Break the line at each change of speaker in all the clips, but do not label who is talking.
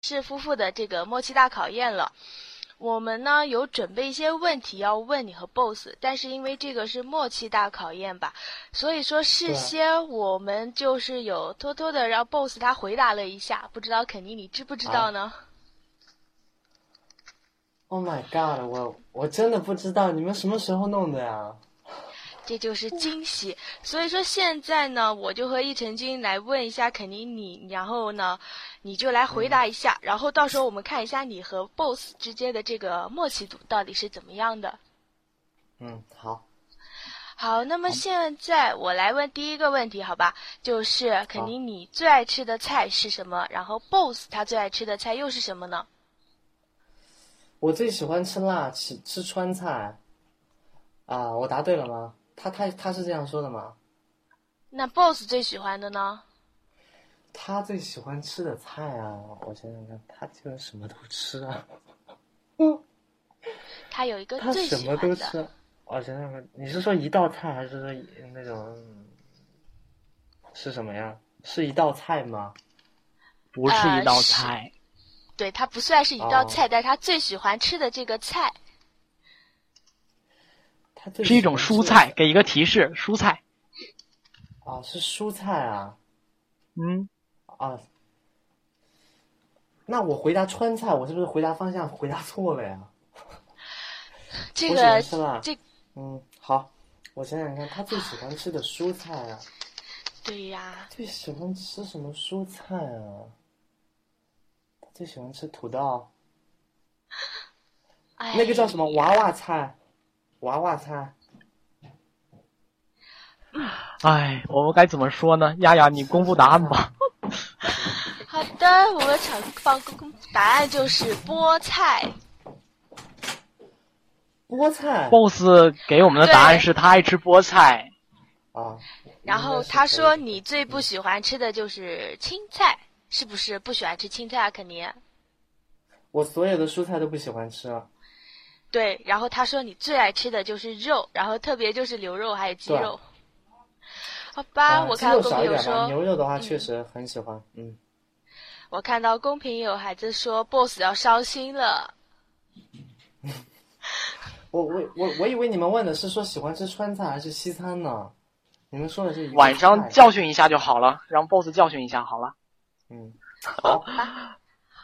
是夫妇的这个默契大考验了。我们呢有准备一些问题要问你和 boss，但是因为这个是默契大考验吧，所以说事
对
先我们就是有偷偷的让 boss 他回答了一下，不知道肯尼你知不知道呢？
，Oh my god，我我真的不知道你们什么时候弄的呀？
这就是惊喜。所以说现在呢，我就和易成军来问一下肯尼你，然后呢，你就来回答一下，然后到时候我们看一下你和 BOSS 之间的这个默契度到底是怎么样的。
嗯，好，
好，那么现在我来问第一个问题，好吧？就是肯尼你最爱吃的菜是什么？然后 BOSS 他最爱吃的菜又是什么呢？
我最喜欢吃辣，吃吃川菜。啊，我答对了吗？他他他是这样说的吗？
那 BOSS 最喜欢的呢？
他最喜欢吃的菜啊，我想想看，他基本什么都吃啊，
他有一个
他
最
什
喜
么
欢
都
的。
吃。我想想看，你是说一道菜还是说一那种嗯是什么呀？是一道菜吗？
不是一道
呃是
菜，
对，它不算是一道
哦
菜，但是他最喜欢吃的这个菜。
他最
是一种
喜欢吃
蔬
的
菜。给一个提示，蔬菜。
啊，是蔬菜啊
嗯，
啊。那我回答川菜，我是不是回答方向回答错了呀？
这
我喜欢
个
吃辣。
这
嗯，好，我想想看，他最喜欢吃的蔬菜啊，
对呀，
最喜欢吃什么蔬菜啊？他最喜欢吃土豆，
哎，
那个叫什么娃娃菜？娃娃菜，
哎，我们该怎么说呢？丫丫，你公布答案 吧。
好的，我们场放公答案就是菠菜。
菠菜
boss 给我们的答案是他爱吃菠菜，
啊。
然后
应该是
他
可以
说
的
你最不喜欢吃的就是青菜，是不是不喜欢吃青菜啊？肯尼。
我所有的蔬菜都不喜欢吃啊。
对，然后他说你最爱吃的就是肉，然后特别就是牛肉还有鸡
对
肉。好吧，
啊
我
鸡
看到
肉
公
少
屏
一
有
点吧，
说，嗯
牛肉的话确实很喜欢。嗯，
我看到公屏有孩子说 boss 要伤心了。
我我我我以为你们问的是说喜欢吃川菜还是西餐呢？你们说的是一个
晚上
菜
教训一下就好了，让 boss 教训一下好了。
嗯，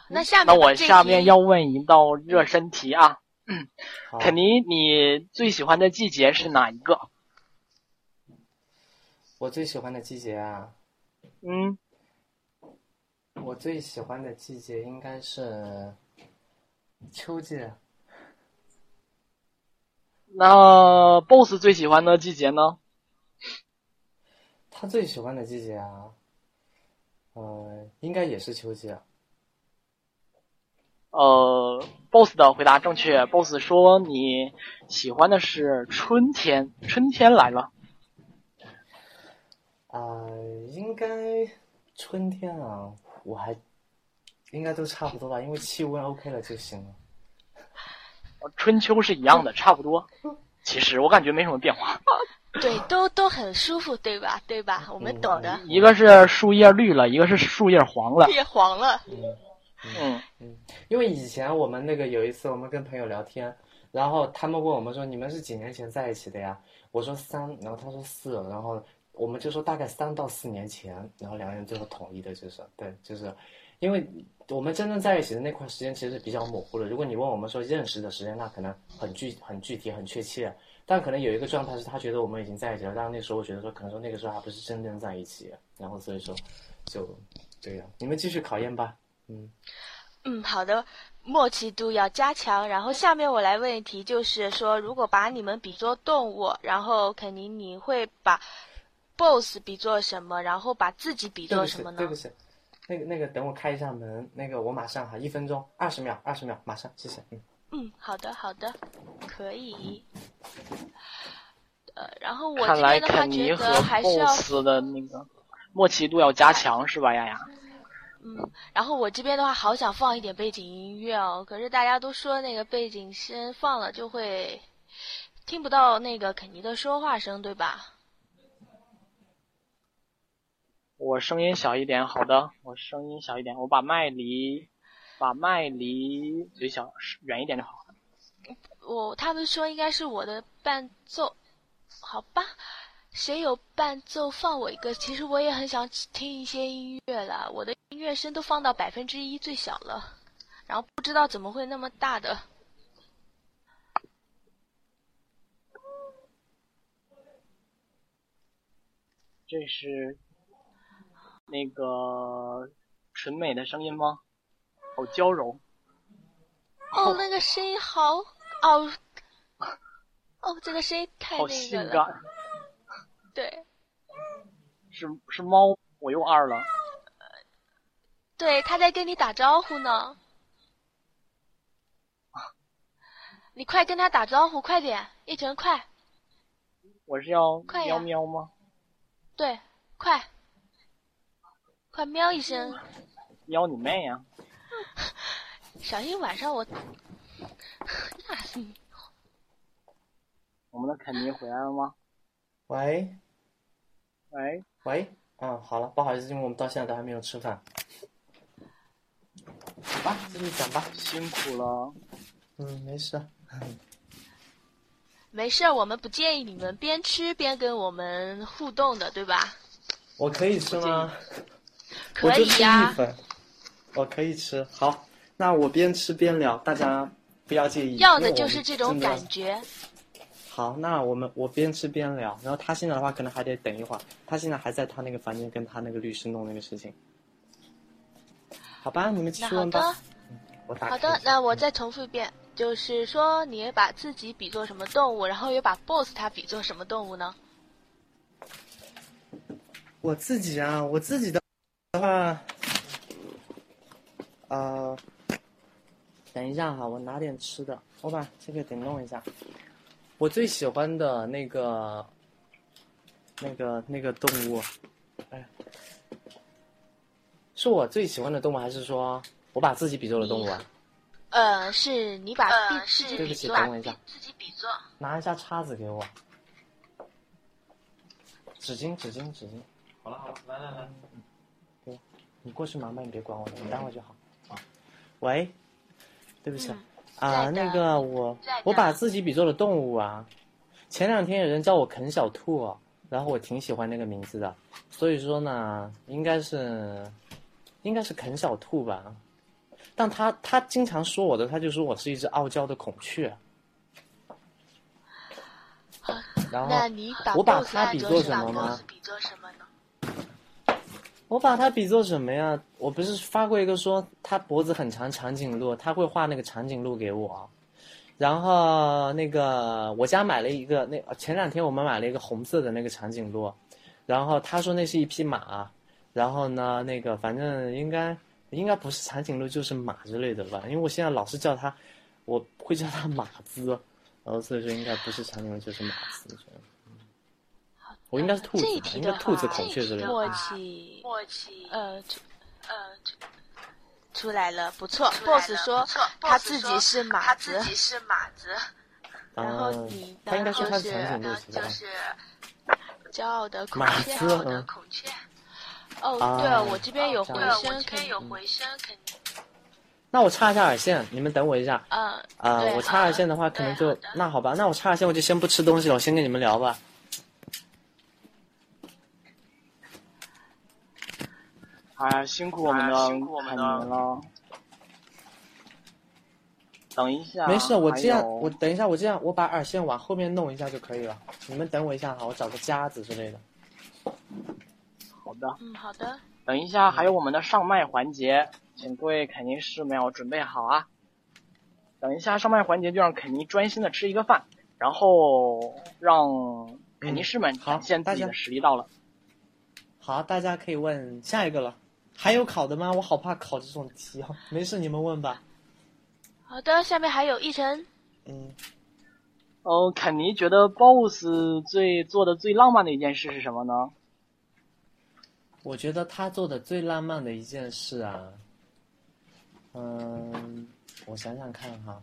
那下面
那
吧
我
这
下
题嗯
面要问一道热身题啊，
好，
肯尼，你最喜欢的季节是哪一个？
我最喜欢的季节啊，
嗯，
我最喜欢的季节应该是秋季。
那 boss 最喜欢的季节呢？
他最喜欢的季节啊，呃，应该也是秋季啊。
呃，boss 的回答正确，boss 说你喜欢的是春天，春天来了。
啊、应该春天啊，我还应该都差不多吧，因为气温 OK 了就行了。
春秋是一样的，差不多。其实我感觉没什么变化，
对都都很舒服，对吧？对吧？我们
嗯
懂 的。
一个是树叶绿了，一个是树叶黄了。
变黄了。
嗯。
嗯，
因为以前我们那个有一次，我们跟朋友聊天，然后他们问我们说你们是几年前在一起的呀？我说三，然后他说四，然后我们就说大概三到四年前，然后两个人最后统一的就是对，就是因为我们真正在一起的那块时间其实是比较模糊的。如果你问我们说认识的时间，那可能很具很具体很确切，但可能有一个状态是他觉得我们已经在一起了，但是那时候我觉得说可能说那个时候还不是真正在一起，然后所以说就这样。你们继续考验吧，嗯。
嗯，好的，默契度要加强。然后下面我来问一题，就是说，如果把你们比作动物，然后肯尼你会把 boss 比作什么？然后把自己比
对
作
不
什
起
么，呢
对？不起，那个那个，等我开一下门，那个我马上哈，一分钟，二十秒，二十秒，马上，谢谢。嗯，
嗯，好的，好的，可以。呃，然后我
看
这
来
边的话，
肯尼
觉
和
得还是要
boss 的那个默契度要加强，是吧，丫丫？
嗯，然后我这边的话，好想放一点背景音乐哦，可是大家都说那个背景声放了就会听不到那个肯尼的说话声，对吧？
我声音小一点，好的，我声音小一点，我把麦离把麦离嘴角远一点就好了。
我他们说应该是我的伴奏，好吧？谁有伴奏放我一个？其实我也很想听一些音乐啦，我的音乐声都放到百分之一最小了，然后不知道怎么会那么大的。
这是那个纯美的声音吗？好娇柔。
哦，那个声音好哦，哦，这个声音太那
好
个了。
性感。
对
是是猫，我又二了。
对，他在跟你打招呼呢。
啊
你快跟他打招呼，快点，一晨快，
我是要
快呀
喵喵吗？
对，快，快喵一声，
喵你妹呀、
小心晚上我 那是你。
我们的肯尼回来了吗？
喂
喂，
喂，嗯，好了，不好意思，因为我们到现在都还没有吃饭。好吧，继续讲吧。
辛苦了。
嗯，没事。
没事儿，我们不建议你们边吃边跟我们互动的，对吧？
我可以吃吗？我
可
就
以啊
吃
呀、
意粉，我可以吃。好，那我边吃边聊，大家不要介意。
要
因为
的
我
就是
们
这种
真的
感觉。
好，那我们我边吃边聊，然后他现在的话可能还得等一会儿，他现在还在他那个房间跟他那个律师弄那个事情。好吧，你们继
那
续
好
问吧
的。，
我打
好
开一
的
下，
那我再重复一遍，就是说你把自己比作什么动物，然后又把 boss 他比作什么动物呢？
我自己啊，我自己的的话，呃，等一下哈，我拿点吃的，我把这个得弄一下。我最喜欢的那个，那个那个动物，哎，是我最喜欢的动物，还是说我把自己比作了动物啊？
呃，是你把
呃
自
是
己
对不
比
起，
作
等我一下，
自己比作
拿一下叉子给我，纸巾，纸巾，纸巾。
好了好了，来来来，
嗯你过去忙吧，你别管我，你待会就好。
嗯
喂，对不起
在
啊、
的
那个我
在的
我把自己比作了动物啊。前两天有人叫我啃小兔、哦，然后我挺喜欢那个名字的，所以说呢，应该是应该是啃小兔吧。但他他经常说我的，他就说我是一只傲娇的孔雀。然后
那你把
我把
boss
它
那
比
就
作
是
什
把
么吗
boss
比作什么呢？
我把它比作什么呀？我不是发过一个说他脖子很长长颈鹿，他会画那个长颈鹿给我。然后那个我家买了一个，那前两天我们买了一个红色的那个长颈鹿，然后他说那是一匹马，然后呢那个反正应该应该不是长颈鹿就是马之类的吧，因为我现在老是叫它，我会叫它马子，然后所以说应该不是长颈鹿就是马子，这样嗯我应该是兔子
这一
吧，
题
应该
的
兔子、
话
孔雀之类的。嗯
默契，
默契
呃，出
呃，
出来了，不错。
出来了
boss 说
不错
他
boss
自己
说
是马
他
子
自，己是马子，
然后你
哦他应该
呢
说
就
他
是
长颈鹿
然后
是吧
就？是
骄傲的孔
马
雀。
子
我的
嗯
孔雀。
哦，
啊
对了，我这边有
这
回
对，啊
样
我
声，
这
肯
边
定，
有回声，肯定
那我插一下耳线，你们等我一下。
嗯，
啊、
对
我插耳线的话，可能就
对好的
那好吧，那我插耳线我就先不吃东西了，我先跟你们聊吧。
哎呀，辛苦我们的肯尼了。等一下，
没事，我这样
还，有
我等一下，我这样，我把耳线往后面弄一下就可以了。你们等我一下哈，我找个夹子之类的。
好的。
嗯，好的，
等一下，还有我们的上麦环节，请各位肯尼师们要准备好啊！等一下上麦环节就让肯尼专心的吃一个饭，然后让肯尼师们
嗯好
展现自己
大家
的实力到了。
好，大家可以问下一个了。还有考的吗？我好怕考这种题哦。没事，你们问吧。
好的。下面还有一晨，
嗯，
呃，肯尼觉得 BOSS 最做的最浪漫的一件事是什么呢？
我觉得他做的最浪漫的一件事啊，嗯，我想想看哈。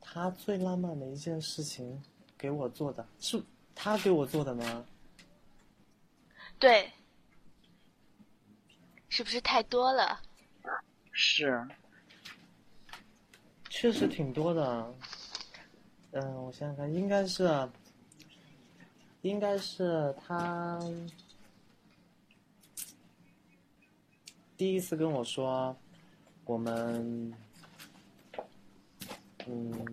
他最浪漫的一件事情给我做的是他给我做的吗？
对，是不是太多了？
是，
确实挺多的啊。嗯、我想想看，应该是，啊应该是他第一次跟我说，我们，嗯，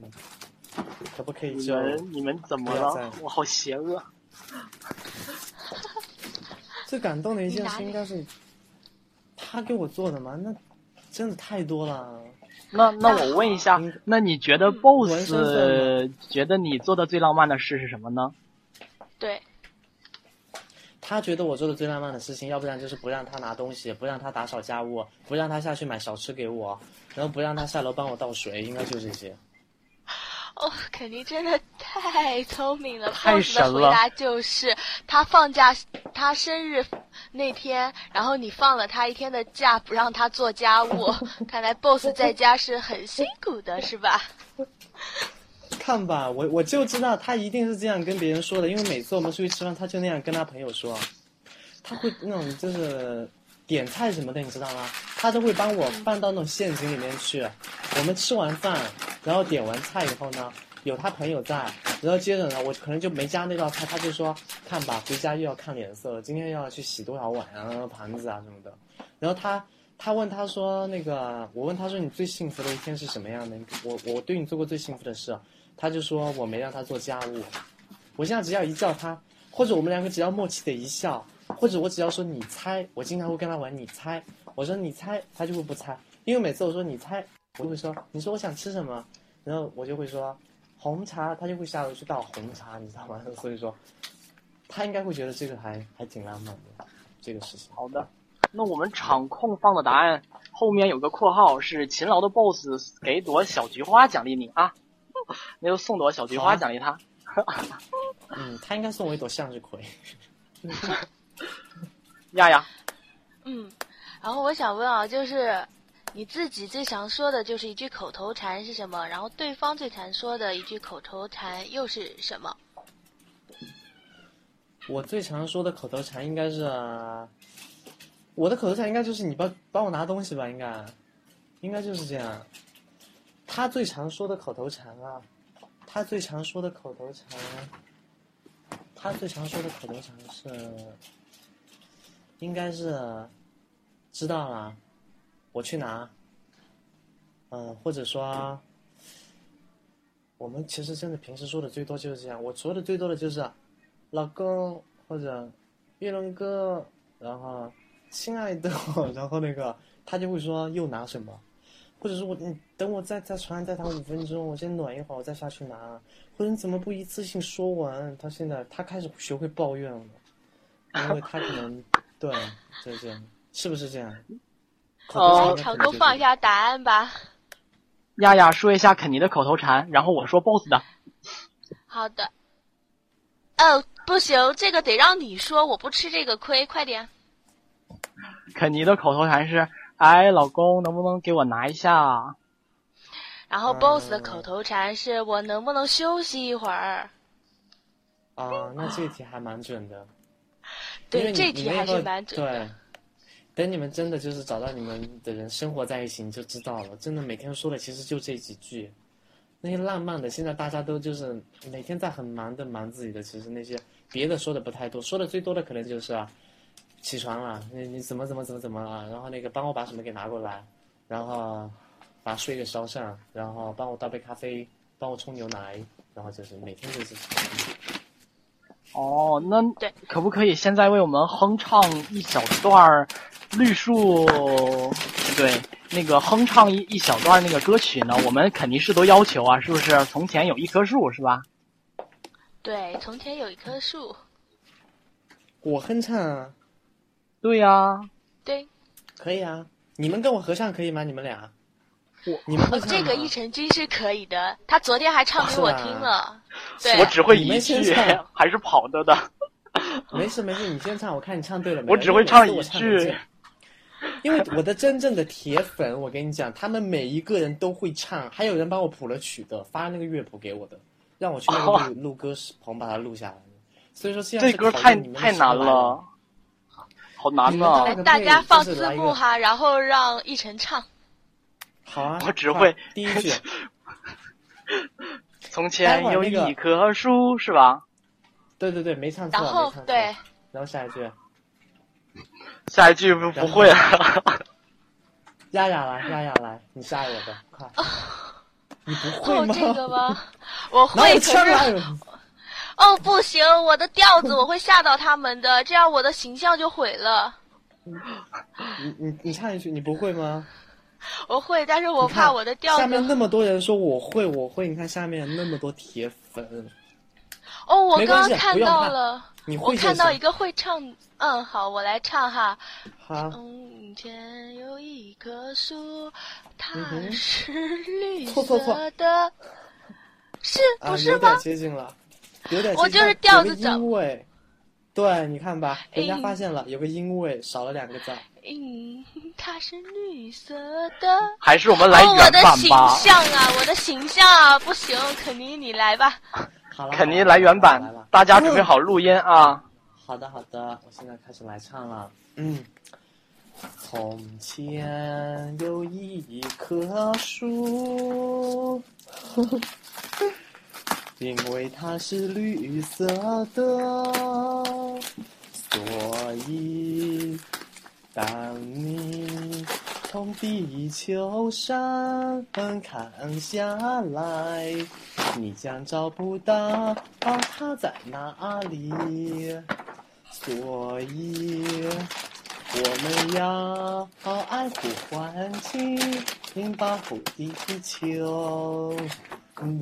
可不可以
你
就
们你们怎么
不要
了
再？
我好 邪恶。
最感动的一件
你哪
事
里
应该是他给我做的嘛？那真的太多了。啊
那那我问一下
嗯，
那你觉得
嗯
BOSS
纹身算
觉得你做的最浪漫的事是什么呢？
对，
他觉得我做的最浪漫的事情，要不然就是不让他拿东西，不让他打扫家务，不让他下去买小吃给我，然后不让他下楼帮我倒水，应该就这些。
哦， 肯尼真的太聪明了。
太
boss 的
神
回
了
答就是，他放假，他生日那天，然后你放了他一天的假，不让他做家 务。看来 boss 在家是很辛苦的，是吧？
看吧，我我就知道他一定是这样跟别人说的，因为每次我们出去吃饭，他就那样跟他朋友说，他会那种就是点菜什么的，你知道吗？他都会帮我放到那种陷阱里面去。我们吃完饭，然后点完菜以后呢，有他朋友在，然后接着呢，我可能就没加那道菜，他就说看吧，回家又要看脸色了，今天又要去洗多少碗啊、盘子啊什么的。然后他他问他说那个，我问他说你最幸福的一天是什么样的？我我对你做过最幸福的事啊，他就说我没让他做家务。我现在只要一叫他，或者我们两个只要默契的一笑，或者我只要说你猜，我经常会跟他玩你猜，我说你猜，他就会不猜，因为每次我说你猜，我就会说你说我想吃什么，然后我就会说红茶，他就会下楼去倒红茶，你知道吗？ 所以说，他应该会觉得这个还还挺浪漫的，这个事情。
好的，那我们场控放的答案后面有个括号是勤劳的 BOSS 给朵小菊花奖励你啊， 那就送朵小菊花奖励他。
嗯，他应该送我一朵向日葵。
亚亚，
嗯，然后我想问啊，就是你自己最常说的就是一句口头禅是什么？然后对方最常说的一句口头禅又是什么？
我最常说的口头禅应该是，呃我的口头禅应该就是你帮帮我拿东西吧，应该，应该就是这样。他最常说的口头禅啊，他最常说的口头禅，他最常说的口头禅是，应该是，知道了，我去拿。嗯、或者说，我们其实真的平时说的最多就是这样。我说的最多的就是，啊老公或者玉龙哥，然后亲爱的， 然后那个他就会说又拿什么，或者是我你等我再再传再躺五分钟，我先暖一会儿，我再下去拿，或者你怎么不一次性说完？他现在他开始学会抱怨了，因为他可能对就是这样，是不是这样？
哦
场工放一下答案吧。
亚亚说一下肯尼的口头禅，然后我说 BOSS 的。
好的。哦，不行，这个得让你说，我不吃这个亏，快点。
肯尼的口头禅是：哎，老公，能不能给我拿一下？啊
然后
嗯
boss 的口头禅是我能不能休息一会儿？
啊、 那这一题还蛮准的。因
对，
为你
这题还是蛮准。
你那个对，等你们真的就是找到你们的人生活在一起，你就知道了。真的每天说的其实就这几句，那些浪漫的，现在大家都就是每天在很忙的忙自己的，其实那些别的说的不太多，说的最多的可能就是啊，起床了，你你怎么怎么怎么怎么了，啊然后那个帮我把什么给拿过来，然后把水给烧上，然后帮我倒杯咖啡，帮我冲牛奶，然后就是每天就是这样。
哦，那
对
可不可以现在为我们哼唱一小段儿绿树？对，那个哼唱一一小段儿那个歌曲呢？我们肯尼是都要求啊，是不是？从前有一棵树，是吧？
对，从前有一棵树。
我哼唱啊。
对呀、
对，
可以啊，你们跟我合唱可以吗？你们俩，
我
你们会
哦，
唱吗
这个一成君是可以的，他昨天还唱给我听了。
啊
对啊
我，只会
你
一
们先
句
唱，
还是跑着的。
没事没事，你先唱，我看你唱对了没有？
我只会唱
因为每
一
次我唱
句
的。因为我的真正的铁粉，我跟你讲，他们每一个人都会唱，还有人帮我谱了曲的，发那个乐谱给我的，让我去那个录、 录歌棚把它录下来。所以说现在
这
是
歌
考验
太
你们的
太
手腕
难了，好难啊呐、
嗯
哎
那个
大
配
家放
就是
字
来一个
幕哈，然后让一晨唱。
好啊，
我只
快
会
第 一句，
从
待
前
会儿
有
那个
一棵树，是吧？
对对对，没唱错，
然后
没唱错
对，
然后下一句，
下一句不
然后
不会了。
丫丫来，丫丫来，你是爱我的，快，你不会
哦，
吗？
这个吗？我
哪
会，
有
可
啊这样
是
的
哦不行，我的调子我会吓到他们的，这样我的形象就毁了。
你你你唱一句，你不会吗？
我会，但是我
你看
怕我的调
下面
子。
那么多人说我会，我会，你看下面那么多铁粉，
哦，我
没
刚
关
刚
系
看
不用
到
怕
了，
你
我
会就
看到
行
一个会唱，嗯，好，我来唱哈。
哈，
嗯从前有一棵树，它
嗯哼
是绿
错错错
色的，是
啊
不是
有
吗？
点接近了，有点接近了。
我就是调子
有个因为，对，你看吧，人家
哎
发现了，有个因为少了两个字。
嗯，它是绿色的。
还是我们来
哦，我
原
的
版
形
吧。
象啊，我的形象啊，不行，肯尼你来吧。
好了，
肯尼
好了
来嗯原
好了好
版
了，
大家准备好录音啊！
好的，好的，我现在开始来唱了。嗯，从前有一棵树， 因为它是绿色的，所以当你从地球上看下来，你将找不到它在哪里。所以我们要爱护环境，保护地球。嗯当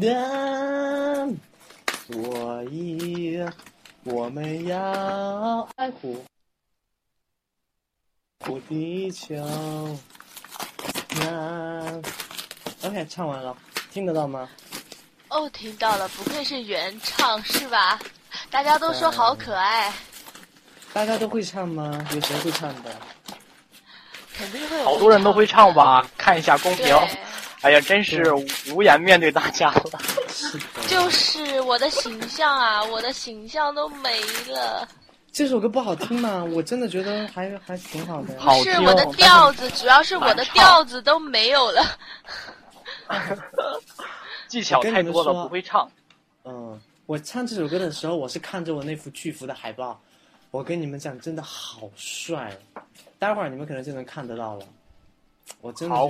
当，所以我们要爱护护地球。嗯当，OK，唱完了，听得到吗？
哦，听到了，不愧是原唱是吧？大家都说好可爱，
嗯大家都会唱吗？有谁会唱的？
肯定会有
好多人都会
唱
唱吧，看一下公
对
屏。，哎呀，真是无颜面对大家了。
是的。
就是我的形象啊，我的形象都没了。
这首歌不好听嘛， 我真的觉得还还挺好的。
好
是
听哦
我的
但是
调子，主要是我的
难唱
调子都没有了。
技巧太多
我跟你们说
了，不会唱。
嗯，我唱这首歌的时候，我是看着我那幅巨幅的海报，我跟你们讲，真的好帅。待会儿你们可能就能看得到了，我真的
好